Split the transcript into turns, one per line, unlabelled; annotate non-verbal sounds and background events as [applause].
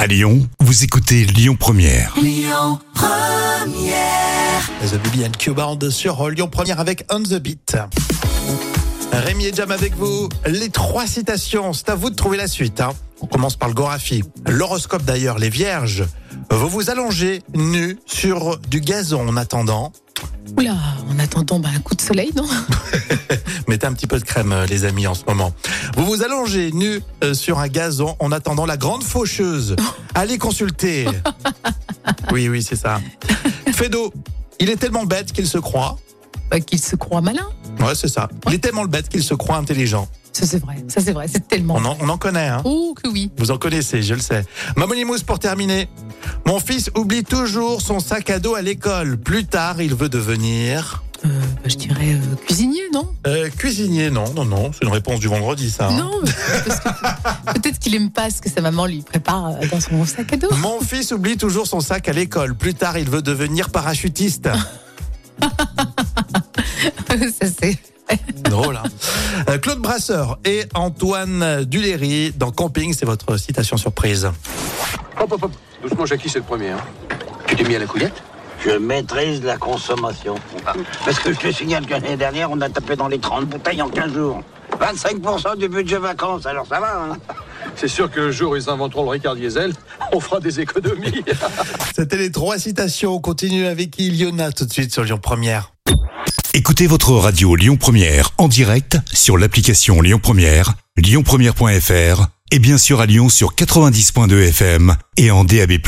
À Lyon, vous écoutez Lyon Première.
The Billy and Q-Band sur Lyon Première avec On the Beat. Rémi et Jam avec vous. Les trois citations, c'est à vous de trouver la suite. hein. On commence par le Gorafi. L'horoscope d'ailleurs, les vierges. Vous vous allongez nu sur du gazon en attendant.
Oula, en attendant bah, un coup de soleil, non
Mettez un petit peu de crème, euh, les amis, en ce moment. Vous vous allongez nu euh, sur un gazon en attendant la grande faucheuse. Allez consulter. Oui, oui, c'est ça. Fedo, il est tellement bête qu'il se croit.
Bah, Qu'il se croit malin.
Ouais, c'est ça. Il est tellement le bête qu'il se croit intelligent.
Ça, c'est vrai. Ça, c'est vrai. C'est tellement.
On en, on en connaît, hein
Oh, que oui.
Vous en connaissez, je le sais. Mamonimous pour terminer. Mon fils oublie toujours son sac à dos à l'école. Plus tard, il veut devenir
Euh, bah, je dirais euh, cuisinier, non
euh, cuisinier. Non, non, non, c'est une réponse du vendredi, ça. hein.
Non, parce que peut-être qu'il aime pas ce que sa maman lui prépare euh, dans son sac
[laughs]
à dos.
[laughs] Mon fils oublie toujours son sac à l'école. Plus tard, il veut devenir parachutiste.
ça, c'est.
Drôle. hein. Euh, Claude Brasseur et Antoine Duléry dans Camping, c'est votre citation surprise.
Hop, hop, hop. Doucement, Jackie, c'est le premier. hein. Tu t'es mis à la couillette
Je maîtrise la consommation. Parce que je te signale que l'année dernière, on a tapé dans les 30 bouteilles en 15 jours. 25% du budget vacances, alors ça va, hein
C'est sûr que le jour où ils inventeront le Ricard Diesel, on fera des économies. [laughs]
C'était les trois citations. On continue avec Iliona tout de suite sur Lyon Première.
Écoutez votre radio Lyon Première en direct sur l'application Lyon Première, lyonpremière.fr et bien sûr à Lyon sur 90.2 FM et en DAB+.